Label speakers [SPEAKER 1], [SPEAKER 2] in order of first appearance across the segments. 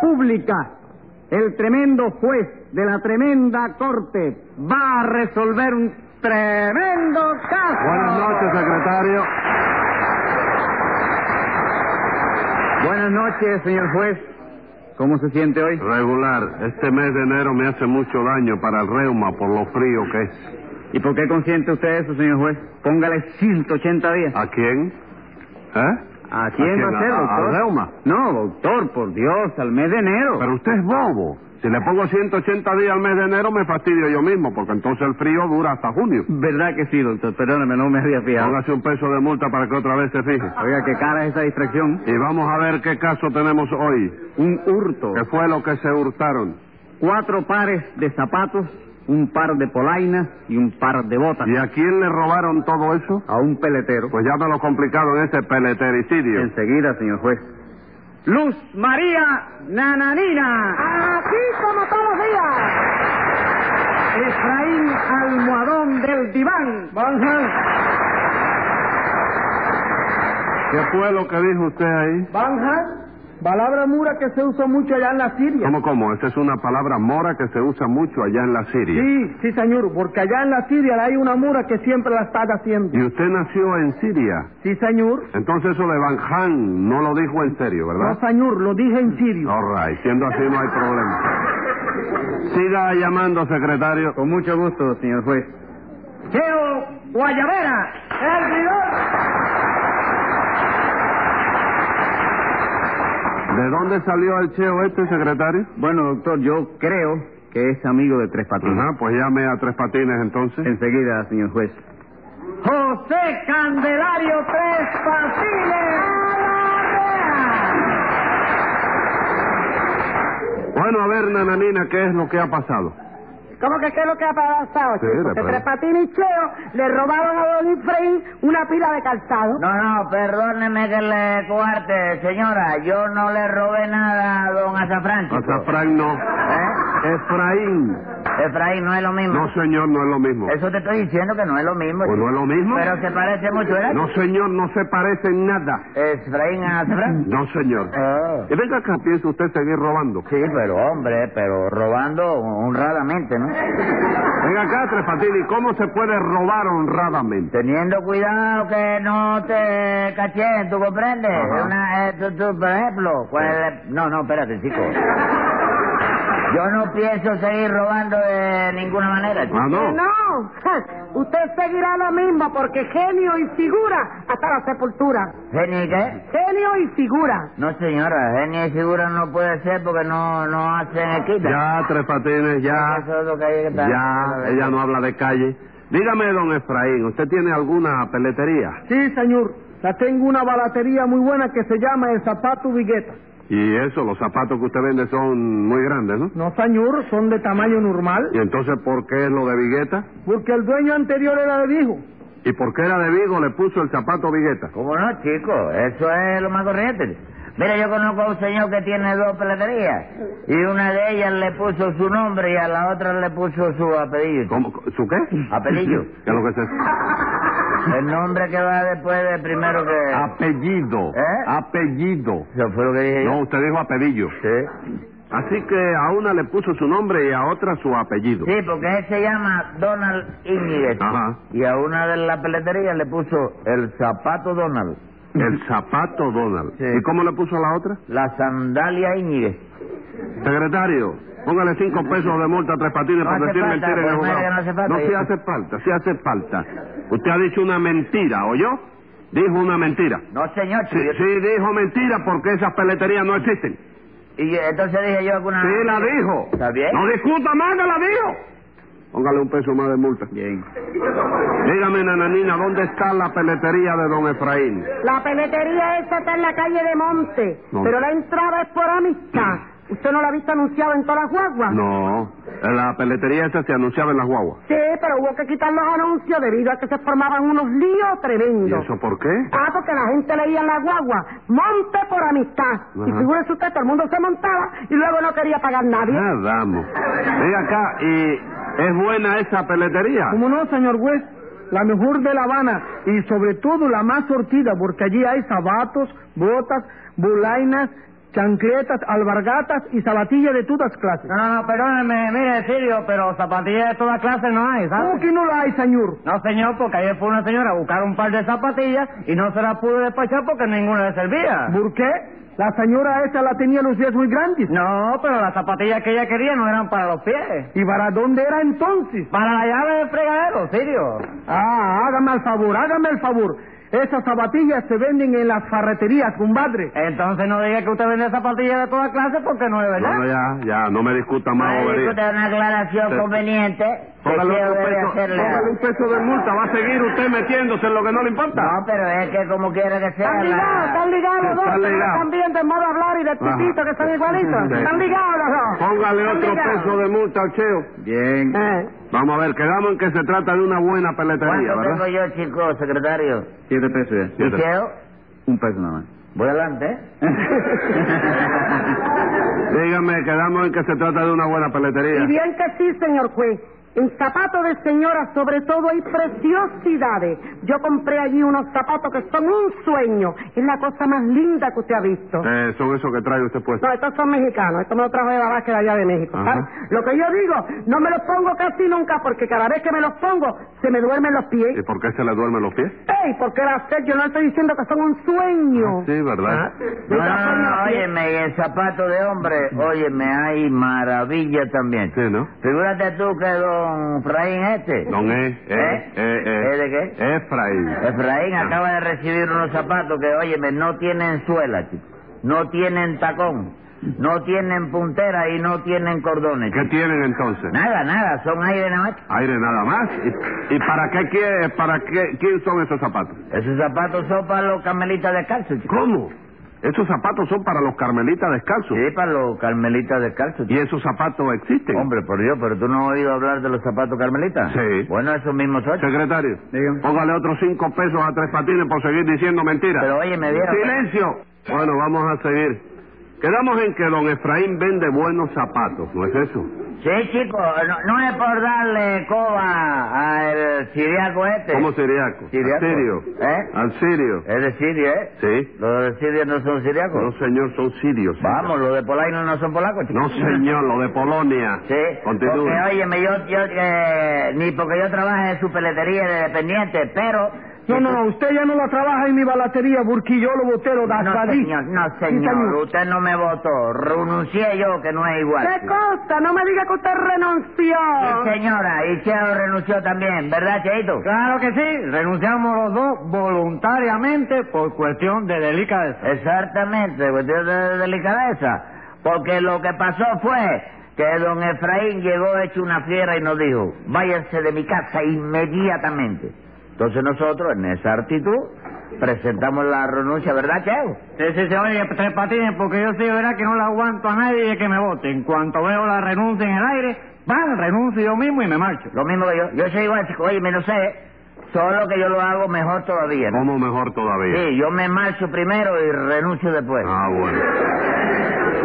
[SPEAKER 1] pública. El tremendo juez de la tremenda corte va a resolver un tremendo caso.
[SPEAKER 2] Buenas noches, secretario.
[SPEAKER 1] Buenas noches, señor juez. ¿Cómo se siente hoy?
[SPEAKER 2] Regular. Este mes de enero me hace mucho daño para el reuma por lo frío que es.
[SPEAKER 1] ¿Y por qué consiente usted eso, señor juez? Póngale 180 días.
[SPEAKER 2] ¿A quién? ¿Eh?
[SPEAKER 1] ¿A quién va a ser,
[SPEAKER 2] ¿A-
[SPEAKER 1] doctor?
[SPEAKER 2] ¿A reuma?
[SPEAKER 1] No, doctor, por Dios, al mes de enero.
[SPEAKER 2] Pero usted es bobo. Si le pongo 180 días al mes de enero, me fastidio yo mismo, porque entonces el frío dura hasta junio.
[SPEAKER 1] ¿Verdad que sí, doctor? Perdóname, no me había fijado.
[SPEAKER 2] Póngase un peso de multa para que otra vez se fije.
[SPEAKER 1] Oiga, qué cara es esa distracción.
[SPEAKER 2] Y vamos a ver qué caso tenemos hoy.
[SPEAKER 1] Un hurto.
[SPEAKER 2] ¿Qué fue lo que se hurtaron?
[SPEAKER 1] Cuatro pares de zapatos, un par de polainas y un par de botas.
[SPEAKER 2] ¿Y a quién le robaron todo eso?
[SPEAKER 1] A un peletero.
[SPEAKER 2] Pues ya me lo complicaron ese este peletericidio.
[SPEAKER 1] Enseguida, señor juez. Luz María Nananina.
[SPEAKER 3] Aquí como todos los días.
[SPEAKER 1] Efraín Almohadón del Diván.
[SPEAKER 2] ¿Qué fue lo que dijo usted ahí?
[SPEAKER 3] Banja, palabra mura que se usó mucho allá en la Siria.
[SPEAKER 2] ¿Cómo, cómo? Esa es una palabra mora que se usa mucho allá en la Siria.
[SPEAKER 3] Sí, sí, señor, porque allá en la Siria hay una mura que siempre la están haciendo.
[SPEAKER 2] ¿Y usted nació en Siria?
[SPEAKER 3] Sí, señor.
[SPEAKER 2] Entonces eso de Van Han no lo dijo en serio,
[SPEAKER 3] No,
[SPEAKER 2] ¿verdad?
[SPEAKER 3] señor, lo dije en sirio.
[SPEAKER 2] All right, siendo así no hay problema. Siga llamando, secretario.
[SPEAKER 1] Con mucho gusto, señor juez. Cheo Guayabera. El
[SPEAKER 2] ¿De dónde salió el cheo este, secretario?
[SPEAKER 1] Bueno, doctor, yo creo que es amigo de Tres Patines.
[SPEAKER 2] Ajá, pues llame a Tres Patines entonces.
[SPEAKER 1] Enseguida, señor juez. José Candelario Tres Patines.
[SPEAKER 2] Bueno, a ver, Nananina, ¿qué es lo que ha pasado?
[SPEAKER 3] ¿Cómo que qué es lo que ha pasado,
[SPEAKER 2] Sí, chico? de Que verdad. Tres
[SPEAKER 3] Patines y Cheo le robaron a Don Efraín una pila de calzado.
[SPEAKER 4] No, no, perdóneme que le cuarte, señora. Yo no le robé nada a don Azafrán. chico.
[SPEAKER 2] Azafrán no.
[SPEAKER 4] ¿Eh?
[SPEAKER 2] Efraín.
[SPEAKER 4] Efraín, no es lo mismo.
[SPEAKER 2] No, señor, no es lo mismo.
[SPEAKER 4] Eso te estoy diciendo que no es lo mismo.
[SPEAKER 2] Pues no
[SPEAKER 4] chico.
[SPEAKER 2] es lo mismo.
[SPEAKER 4] Pero se parece mucho, ¿verdad?
[SPEAKER 2] No, señor, no se parece en nada.
[SPEAKER 4] Efraín a Azafrán.
[SPEAKER 2] No, señor.
[SPEAKER 4] Ah.
[SPEAKER 2] Y venga acá, piensa usted seguir robando.
[SPEAKER 4] Sí, pero hombre, pero robando honradamente, ¿no?
[SPEAKER 2] Venga acá, Tres Patines, ¿cómo se puede robar honradamente?
[SPEAKER 4] Teniendo cuidado que no te cacheen, Eh, ¿tú comprendes?
[SPEAKER 2] Ajá.
[SPEAKER 4] Una, eh, tú, tú, por ejemplo, pues, no, no, espérate, chico. Yo no pienso seguir robando de ninguna manera, chico.
[SPEAKER 2] Ah, no.
[SPEAKER 3] Eh, No, usted seguirá lo mismo porque genio y figura hasta la sepultura.
[SPEAKER 4] ¿Genio y qué?
[SPEAKER 3] Genio y figura.
[SPEAKER 4] No, señora, genio y figura no puede ser porque no, no hacen equita.
[SPEAKER 2] Ya, Tres Patines, ya.
[SPEAKER 4] Eso es lo que hay que estar-
[SPEAKER 2] Ya, ella no habla de calle. Dígame, don Efraín, ¿usted tiene alguna peletería?
[SPEAKER 3] Sí, señor. La tengo una balatería muy buena que se llama el zapato vigueta.
[SPEAKER 2] Y eso, los zapatos que usted vende son muy grandes, ¿no?
[SPEAKER 3] No, señor, son de tamaño normal.
[SPEAKER 2] ¿Y entonces por qué es lo de Vigueta?
[SPEAKER 3] Porque el dueño anterior era de Vigo.
[SPEAKER 2] ¿Y por qué era de Vigo le puso el zapato Vigueta?
[SPEAKER 4] ¿Cómo no, chico? Eso es lo más corriente. Mira, yo conozco a un señor que tiene dos peleterías y una de ellas le puso su nombre y a la otra le puso su apellido. chico.
[SPEAKER 2] ¿Cómo? ¿Su qué?
[SPEAKER 4] Apellido.
[SPEAKER 2] ¿Qué es lo que se...
[SPEAKER 4] El nombre que va después de primero que...
[SPEAKER 2] Ah, Apellido.
[SPEAKER 4] ¿Eh?
[SPEAKER 2] Apellido.
[SPEAKER 4] Eso fue lo que dije
[SPEAKER 2] No,
[SPEAKER 4] yo.
[SPEAKER 2] usted dijo apellido.
[SPEAKER 4] Sí.
[SPEAKER 2] Así que a una le puso su nombre y a otra su apellido.
[SPEAKER 4] Sí, porque él se llama Donald Íñiguez.
[SPEAKER 2] Ajá.
[SPEAKER 4] Y a una de las peleterías le puso el zapato Donald,
[SPEAKER 2] El zapato Donald.
[SPEAKER 4] Sí.
[SPEAKER 2] ¿Y cómo le puso a la otra?
[SPEAKER 4] la sandalia Íñiguez.
[SPEAKER 2] Secretario, póngale cinco pesos de multa a Tres Patines
[SPEAKER 4] No
[SPEAKER 2] para
[SPEAKER 4] hace
[SPEAKER 2] decir
[SPEAKER 4] falta,
[SPEAKER 2] mentiras en el
[SPEAKER 4] pues,
[SPEAKER 2] juzgado.
[SPEAKER 4] madre, no hace falta.
[SPEAKER 2] sí hace falta, sí hace falta. Usted ha dicho una mentira, ¿oyó? Dijo una mentira.
[SPEAKER 4] No, señor,
[SPEAKER 2] Sí,
[SPEAKER 4] chico. yo-
[SPEAKER 2] sí dijo mentira porque esas peleterías no existen.
[SPEAKER 4] Y yo- entonces dije yo alguna...
[SPEAKER 2] Sí la dijo.
[SPEAKER 4] Ah, Está bien.
[SPEAKER 2] No discuta más que la dijo. Póngale un peso más de multa.
[SPEAKER 1] Bien.
[SPEAKER 2] Dígame, Nananina, ¿dónde está la peletería de don Efraín?
[SPEAKER 3] La peletería esa está en la calle de Monte,
[SPEAKER 2] No.
[SPEAKER 3] pero la entrada es por amistad. ¿Usted no la ha visto anunciado en todas las guaguas?
[SPEAKER 2] No, la peletería esa se anunciaba en las guaguas.
[SPEAKER 3] Sí, pero hubo que quitar los anuncios debido a que se formaban unos líos
[SPEAKER 2] ¿Y
[SPEAKER 3] tremendos.
[SPEAKER 2] eso por qué?
[SPEAKER 3] Ah, porque la gente leía en la guagua, monte por amistad. Y
[SPEAKER 2] Ajá.
[SPEAKER 3] figúrese usted, todo el mundo se montaba y luego no quería pagar nadie.
[SPEAKER 2] Ah, vamos. Diga acá, ¿y es buena esa peletería?
[SPEAKER 5] Como no, señor West? La mejor de La Habana y sobre todo la más sortida, porque allí hay zapatos, botas, bolainas, chancletas, albargatas y zapatillas de todas clases.
[SPEAKER 6] No, no, perdóneme, mire, Sirio, pero zapatillas de toda clase no hay,
[SPEAKER 4] Ah,
[SPEAKER 5] ¿Cómo
[SPEAKER 6] ¿sabes?
[SPEAKER 5] que no la hay, señor?
[SPEAKER 6] No, señor, porque ayer fue una señora a buscar un par de zapatillas y no se las pudo despachar porque ninguna le servía.
[SPEAKER 5] ¿Por qué? La señora esa la tenía los pies muy grandes.
[SPEAKER 6] No, pero las zapatillas que ella quería no eran para los pies.
[SPEAKER 5] ¿Y para dónde era entonces?
[SPEAKER 6] Para la llave del fregadero, Sirio.
[SPEAKER 5] Ah, hágame el favor, hágame el favor. Esas zapatillas se venden en las ferreterías, compadre.
[SPEAKER 6] Entonces no diga que usted vende zapatillas de toda clase porque no es verdad.
[SPEAKER 2] No, ya, ya, no me discuta más
[SPEAKER 4] Ahí
[SPEAKER 2] bobería.
[SPEAKER 4] discuta una aclaración
[SPEAKER 2] Sí.
[SPEAKER 4] conveniente que
[SPEAKER 2] Póngale
[SPEAKER 4] quiero
[SPEAKER 2] otro
[SPEAKER 4] debe
[SPEAKER 2] peso-
[SPEAKER 4] hacerle.
[SPEAKER 2] póngale un peso de multa, va a seguir usted metiéndose en lo que no le importa.
[SPEAKER 4] No, pero es que como quiera que sea
[SPEAKER 3] Están ligados, están
[SPEAKER 4] la...
[SPEAKER 3] ligados los dos.
[SPEAKER 2] Están
[SPEAKER 3] que no
[SPEAKER 2] ligados.
[SPEAKER 3] Están bien de modo de hablar y de pitito que son igualitos.
[SPEAKER 2] Sí.
[SPEAKER 3] Están ligados los dos.
[SPEAKER 2] Póngale
[SPEAKER 3] Están
[SPEAKER 2] otro
[SPEAKER 3] ligados.
[SPEAKER 2] peso de multa al cheo.
[SPEAKER 4] Bien.
[SPEAKER 3] Eh,
[SPEAKER 2] Vamos a ver, quedamos en que se trata de una buena peletería,
[SPEAKER 4] ¿Cuánto tengo
[SPEAKER 2] ¿verdad?
[SPEAKER 4] yo, chico, secretario?
[SPEAKER 7] Siete pesos ya.
[SPEAKER 4] ¿Y
[SPEAKER 2] Siete.
[SPEAKER 4] Cheo?
[SPEAKER 7] Un peso nada más.
[SPEAKER 4] Voy adelante, ¿eh?
[SPEAKER 2] Dígame, quedamos en que se trata de una buena
[SPEAKER 3] Y
[SPEAKER 2] peletería.
[SPEAKER 3] bien que sí, señor juez. En zapatos de señora, sobre todo, hay preciosidades. Yo compré allí unos zapatos que son un sueño. Es la cosa más linda que usted ha visto.
[SPEAKER 2] Eh, son esos que trae usted puesto.
[SPEAKER 3] No, estos son mexicanos. Estos me los trajo de la básquet de allá de México.
[SPEAKER 2] Ajá.
[SPEAKER 3] ¿sabes? Lo que yo digo, no me los pongo casi nunca porque cada vez que me los pongo se me duermen los pies.
[SPEAKER 2] ¿Y por qué se le duermen los pies?
[SPEAKER 3] ¡Ey! ¿Por qué va a ser? Yo no estoy diciendo que son un sueño.
[SPEAKER 2] Ah, Sí, ¿verdad?
[SPEAKER 4] Ah,
[SPEAKER 2] Ah,
[SPEAKER 4] No, no, no, óyeme, y el zapato de hombre, óyeme, hay maravilla también.
[SPEAKER 2] Sí, ¿no?
[SPEAKER 4] Figúrate tú que don Fraín este,
[SPEAKER 2] Don E. E.
[SPEAKER 4] ¿Eh?
[SPEAKER 2] E. E.
[SPEAKER 4] ¿E de qué?
[SPEAKER 2] Efraín. Ah.
[SPEAKER 4] Efraín acaba de recibir unos zapatos que, óyeme, no tienen suela, chico. No tienen tacón, no tienen puntera y no tienen cordones.
[SPEAKER 2] ¿Qué
[SPEAKER 4] chico.
[SPEAKER 2] tienen entonces?
[SPEAKER 4] Nada, nada, son aire nada más. chico.
[SPEAKER 2] Aire nada más. ¿Y, y para qué quiere, para qué, quién son esos zapatos?
[SPEAKER 4] Esos zapatos son para los carmelitas descalzos, chico.
[SPEAKER 2] ¿Cómo? Esos zapatos son para los carmelitas descalzos.
[SPEAKER 4] Sí, para los carmelitas descalzos,
[SPEAKER 2] ¿Y
[SPEAKER 4] chico.
[SPEAKER 2] esos zapatos existen?
[SPEAKER 4] Hombre, por Dios, pero tú no has oído hablar de los zapatos carmelitas.
[SPEAKER 2] Sí.
[SPEAKER 4] Bueno, esos mismos son. chico.
[SPEAKER 2] Secretario,
[SPEAKER 4] Dígame.
[SPEAKER 2] póngale otros cinco pesos a tres patines por seguir diciendo mentiras.
[SPEAKER 4] Pero oye, me dieron.
[SPEAKER 2] ¡Silencio! Bueno, vamos a seguir. Quedamos en que don Efraín vende buenos zapatos, ¿no es eso?
[SPEAKER 4] Sí, chico, no, no es por darle coba al siriaco este.
[SPEAKER 2] ¿Cómo siriaco?
[SPEAKER 4] Siriaco.
[SPEAKER 2] Sirio.
[SPEAKER 4] ¿Eh?
[SPEAKER 2] ¿Al sirio?
[SPEAKER 4] Es de Siria, ¿eh?
[SPEAKER 2] Sí.
[SPEAKER 4] ¿Los de Siria no son siriacos?
[SPEAKER 2] No, señor, son sirios. señor.
[SPEAKER 4] Vamos, los de Polaino no son polacos, chico.
[SPEAKER 2] No, señor, lo de Polonia.
[SPEAKER 4] Sí,
[SPEAKER 2] Continúe.
[SPEAKER 4] porque óyeme, yo, yo eh, ni porque yo trabaje en su peletería de dependiente, pero...
[SPEAKER 5] No, no, no, usted ya no la trabaja en mi balatería, porque yo lo botero de
[SPEAKER 4] No,
[SPEAKER 5] Asadí.
[SPEAKER 4] señor, no,
[SPEAKER 5] Sí,
[SPEAKER 4] señor, usted no me votó, renuncié yo, que no es igual.
[SPEAKER 3] ¿Qué
[SPEAKER 4] chico.
[SPEAKER 3] cosa? No me diga que usted renunció.
[SPEAKER 6] Ah.
[SPEAKER 4] Sí, señora, y Cheo renunció también, ¿verdad, Cheito?
[SPEAKER 6] Claro que sí, renunciamos los dos voluntariamente por cuestión de delicadeza.
[SPEAKER 4] Exactamente, cuestión de delicadeza. Porque lo que pasó fue que don Efraín llegó hecho una fiera y nos dijo, váyanse de mi casa inmediatamente. Entonces nosotros, en esa actitud, presentamos la renuncia, ¿verdad, Cheo?
[SPEAKER 6] Sí, sí, sí, oye, tres patines, porque yo sí, verá que no le aguanto a nadie de que me vote. En cuanto veo la renuncia en el aire, van, renuncio yo mismo y me marcho.
[SPEAKER 4] Lo mismo que yo. Yo soy igual, chico, oye, me lo sé, solo que yo lo hago mejor todavía. ¿no?
[SPEAKER 2] ¿Cómo mejor todavía?
[SPEAKER 4] Sí, yo me marcho primero y renuncio después.
[SPEAKER 2] Ah, bueno.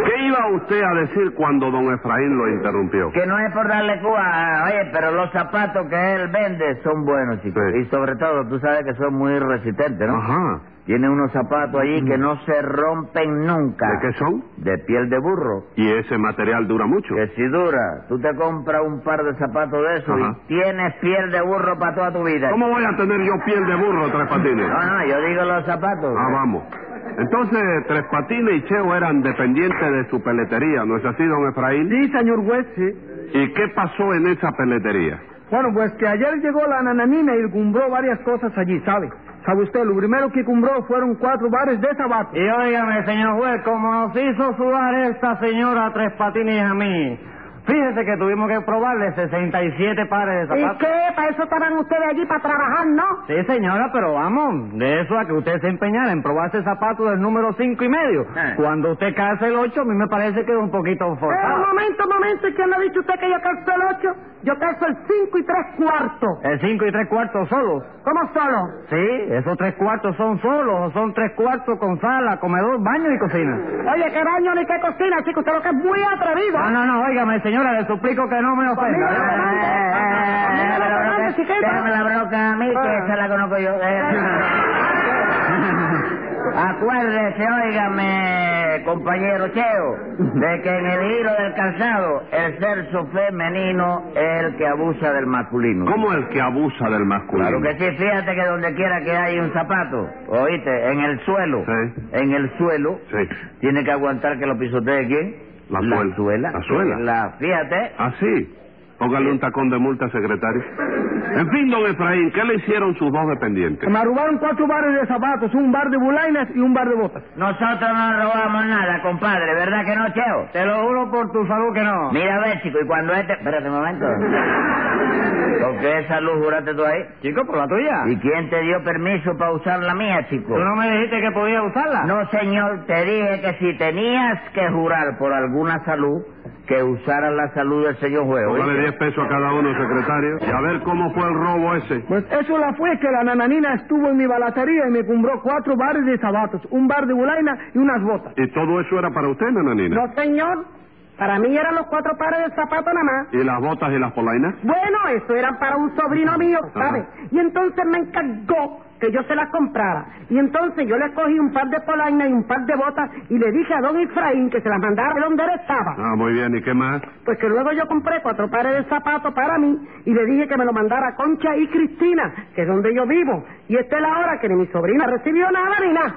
[SPEAKER 2] ¿Qué iba usted a decir cuando don Efraín lo interrumpió?
[SPEAKER 4] Que no es por darle cuba, oye, pero los zapatos que él vende son buenos, chicos.
[SPEAKER 2] Sí.
[SPEAKER 4] Y sobre todo, tú sabes que son muy resistentes, ¿no?
[SPEAKER 2] Ajá.
[SPEAKER 4] Tiene unos zapatos allí que no se rompen nunca.
[SPEAKER 2] ¿De qué son?
[SPEAKER 4] De piel de burro.
[SPEAKER 2] Y ese material dura mucho.
[SPEAKER 4] Que si dura, tú te compras un par de zapatos de esos
[SPEAKER 2] Ajá.
[SPEAKER 4] y tienes piel de burro para toda tu vida.
[SPEAKER 2] ¿Cómo voy a tener yo piel de burro, Tres Patines?
[SPEAKER 4] No, no, yo digo los zapatos.
[SPEAKER 2] Ah, vamos. Entonces, Tres Patines y Cheo eran dependientes de su peletería, ¿no es así, don Efraín?
[SPEAKER 5] Sí, señor juez, sí.
[SPEAKER 2] ¿Y qué pasó en esa peletería?
[SPEAKER 5] Bueno, pues que ayer llegó la nananina y cumbró varias cosas allí, ¿sabe? ¿Sabe usted? Lo primero que cumbró fueron cuatro bares de zapatos.
[SPEAKER 6] Y óigame, señor juez, como nos hizo sudar esta señora a tres patines y a mí. Fíjese que tuvimos que probarle 67 pares de
[SPEAKER 3] ¿Y
[SPEAKER 6] zapatos.
[SPEAKER 3] qué? Para eso estaban ustedes allí, para trabajar, ¿no?
[SPEAKER 6] Sí, señora, pero vamos, de eso a que usted se empeñara en probarse zapatos del número cinco y medio.
[SPEAKER 4] Eh.
[SPEAKER 6] Cuando usted calza el 8, a mí me parece que es un poquito
[SPEAKER 3] Pero, un
[SPEAKER 6] forzado.
[SPEAKER 3] momento, un momento. ¿Y quién me ha dicho usted que yo calzo el 8? Yo calzo el 5 y 3 cuartos.
[SPEAKER 6] El 5 y 3 cuartos solo.
[SPEAKER 3] ¿Cómo solo?
[SPEAKER 6] Sí, esos tres cuartos son solos, o son tres cuartos con sala, comedor, baño y cocina.
[SPEAKER 3] Oye, qué baño ni qué cocina, chico. Usted lo que es muy atrevido.
[SPEAKER 5] Ah,
[SPEAKER 6] No, no, no, óigame, señora, le suplico que no me
[SPEAKER 4] Eh, eh,
[SPEAKER 6] ofenda.
[SPEAKER 4] eh, déjame la broca,
[SPEAKER 3] chiquita.
[SPEAKER 4] déjame la broca a mí, que esa la conozco yo. Eh. Acuérdese, óigame, compañero Cheo, de que en el hilo del calzado el sexo femenino es el que abusa del masculino.
[SPEAKER 2] ¿Cómo el que abusa del masculino?
[SPEAKER 4] Claro que sí, fíjate que donde quiera que hay un zapato, oíste, en el suelo,
[SPEAKER 2] Sí.
[SPEAKER 4] en el suelo,
[SPEAKER 2] Sí.
[SPEAKER 4] tiene que aguantar que lo pisotee quién?
[SPEAKER 2] La suela.
[SPEAKER 4] suela.
[SPEAKER 2] La suela.
[SPEAKER 4] La- fíjate,
[SPEAKER 2] Ah, sí. Póngale un tacón de multa, secretario. En fin, don Efraín, ¿qué le hicieron sus dos dependientes?
[SPEAKER 5] Me robaron cuatro bares de zapatos, un bar de bulainas y un bar de botas.
[SPEAKER 4] nosotros no robamos nada, compadre, ¿verdad que no, Cheo?
[SPEAKER 6] Te lo juro por tu salud que no.
[SPEAKER 4] Mira, a ver, chico, y cuando este... Espérate un momento. ¿Con qué esa luz juraste tú ahí?
[SPEAKER 6] Chico, por la tuya.
[SPEAKER 4] ¿Y quién te dio permiso para usar la mía, chico?
[SPEAKER 6] Ah. ¿Tú no me dijiste que podía usarla?
[SPEAKER 4] No, señor, te dije que si tenías que jurar por alguna salud, que usara la salud del señor juez.
[SPEAKER 6] Pues
[SPEAKER 2] Póngale
[SPEAKER 4] ¿oíste?
[SPEAKER 2] 10 pesos a cada uno, secretario. Y a ver cómo fue el robo ese.
[SPEAKER 5] Pues eso la fue que la nananina estuvo en mi balacería y me compró cuatro bares de zapatos, un bar de bulaina y unas botas.
[SPEAKER 2] ¿Y todo eso era para usted, nananina?
[SPEAKER 3] No, señor. Para mí eran los cuatro pares de zapatos nada más.
[SPEAKER 2] ¿Y las botas y las polainas?
[SPEAKER 3] Bueno, eso era para un sobrino mío, ¿sabes?
[SPEAKER 2] Ajá.
[SPEAKER 3] Y entonces me encargó que yo se las comprara. Y entonces yo le cogí un par de polainas y un par de botas y le dije a don Efraín que se las mandara de donde él estaba.
[SPEAKER 2] Ah, muy bien. ¿Y qué más?
[SPEAKER 3] Pues que luego yo compré cuatro pares de zapatos para mí y le dije que me lo mandara Concha y Cristina, que es donde yo vivo. Y esta es la hora que ni mi sobrina recibió nada ni nada.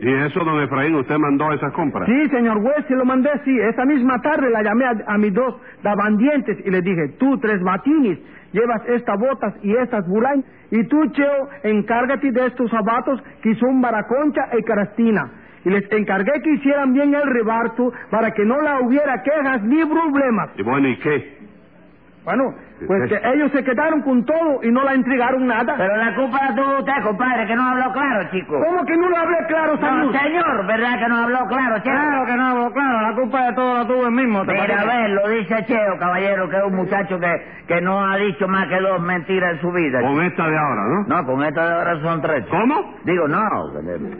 [SPEAKER 2] ¿Y eso, don Efraín, usted mandó esas compras?
[SPEAKER 5] Sí, señor juez, se lo mandé, sí. Esa misma tarde la llamé a, a mis dos dabandientes y les dije, tú, tres batinis, llevas estas botas y estas bulainas. Y tú, Cheo, encárgate de estos zapatos que son baraconcha y carastina. Y les encargué que hicieran bien el rebarto para que no la hubiera quejas ni problemas.
[SPEAKER 2] Y bueno, ¿y qué?
[SPEAKER 5] Bueno, pues que ellos se quedaron con todo y no la entregaron nada.
[SPEAKER 4] Pero la culpa la tuvo usted, compadre, que no habló claro, chico.
[SPEAKER 5] ¿Cómo que no lo hablé claro,
[SPEAKER 4] No,
[SPEAKER 5] Salud?
[SPEAKER 4] señor, ¿verdad que no habló claro, Cheo?
[SPEAKER 6] Claro que no, pero claro, la culpa de todo la tuvo el mismo. ¿te
[SPEAKER 4] Mira, a
[SPEAKER 6] parece?
[SPEAKER 4] ver, lo dice Cheo, caballero, que es un muchacho que, que no ha dicho más que dos mentiras en su vida.
[SPEAKER 2] Con esta de ahora, ¿no?
[SPEAKER 4] No, con esto de ahora son tres.
[SPEAKER 2] ¿Cómo?
[SPEAKER 4] Digo, no,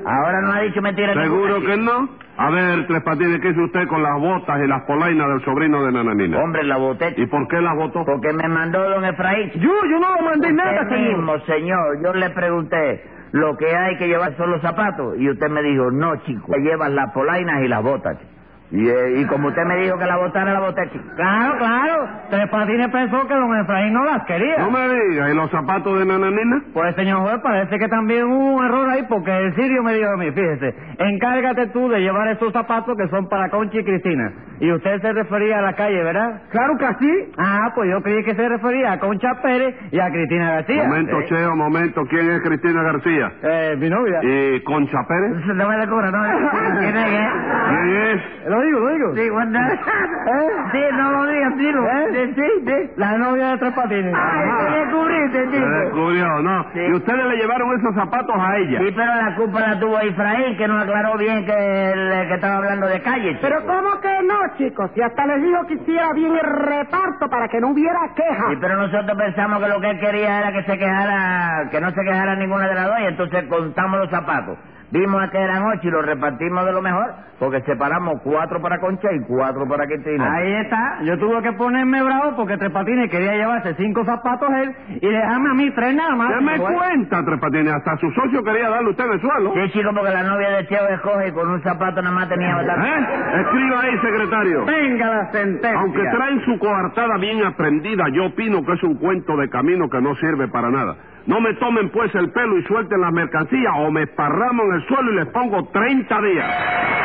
[SPEAKER 4] ahora no ha dicho mentiras.
[SPEAKER 2] Seguro
[SPEAKER 4] ninguna,
[SPEAKER 2] que no. A ver, Tres Patines, ¿qué hizo usted con las botas y las polainas del sobrino de
[SPEAKER 4] chico.
[SPEAKER 2] nananina?
[SPEAKER 4] Hombre, la boté,
[SPEAKER 2] ¿Y por qué las votó?
[SPEAKER 4] porque me mandó don Efraín,
[SPEAKER 5] Yo, yo no lo mandé nada,
[SPEAKER 4] Usted
[SPEAKER 5] señor.
[SPEAKER 4] mismo, señor, yo le pregunté, lo que hay que llevar son los zapatos. Y usted me dijo, no, chico, te llevas las polainas y las botas. chico. Y, eh, y como usted me dijo que la botara, la boté, chico.
[SPEAKER 6] Claro, claro. Tres Patines pensó que don Efraín no las quería.
[SPEAKER 2] No me diga, ¿y los zapatos de nananina?
[SPEAKER 6] Pues, señor juez, parece que también hubo un error ahí porque el sirio me dijo a mí, fíjese, encárgate tú de llevar esos zapatos que son para Conchi y Cristina. Y usted se refería a la calle, ¿verdad?
[SPEAKER 5] Claro que así.
[SPEAKER 6] Ah, pues yo creí que se refería a Concha Pérez y a Cristina García.
[SPEAKER 2] Momento,
[SPEAKER 6] Eh,
[SPEAKER 2] Cheo, momento. ¿Quién es Cristina García?
[SPEAKER 6] eh, mi novia.
[SPEAKER 2] ¿Y Concha Pérez?
[SPEAKER 4] No me la cobra, no me la cobra. ¿Quién es, eh?
[SPEAKER 2] ¿Quién es?
[SPEAKER 6] Lo digo, lo digo.
[SPEAKER 4] Sí, bueno, sí, no lo digas, tío. Sí, sí, sí.
[SPEAKER 6] La novia de Tres Patines.
[SPEAKER 4] Ay, te descubriste,
[SPEAKER 2] Se
[SPEAKER 4] chico.
[SPEAKER 2] descubrió, ¿no?
[SPEAKER 4] Sí.
[SPEAKER 2] Y ustedes le llevaron esos zapatos a ella.
[SPEAKER 4] Sí, pero la culpa la tuvo Efraín, que no aclaró bien que, el- que estaba hablando de calle, chico.
[SPEAKER 3] Pero ¿cómo que no, chicos? Y hasta les digo que hiciera bien el reparto para que no hubiera
[SPEAKER 6] Ah.
[SPEAKER 4] Sí,
[SPEAKER 3] quejas.
[SPEAKER 4] pero nosotros pensamos que lo que él quería era que se quejara, que no se quejara ninguna de las dos, y entonces contamos los zapatos. Vimos a que eran ocho y los repartimos de lo mejor, porque separamos cuatro para Concha y cuatro para Cristina.
[SPEAKER 6] Ahí está. Yo tuve que ponerme bravo porque Tres Patines quería llevarse cinco zapatos él y dejarme a mí tres nada más.
[SPEAKER 2] ¿Qué me
[SPEAKER 6] Bueno.
[SPEAKER 2] cuenta, Tres Patines? Hasta su socio quería darle usted en el suelo.
[SPEAKER 4] Sí, chico, porque la novia de Cheo escoge y con un zapato nada más tenía bastante.
[SPEAKER 2] ¿Eh? Escriba ahí, secretario.
[SPEAKER 6] Venga la sentencia.
[SPEAKER 2] Aunque traen su coartada bien aprendida, yo opino que es un cuento de camino que no sirve para nada. No me tomen pues el pelo y suelten las mercancías o me esparramo en el suelo y les pongo 30 días.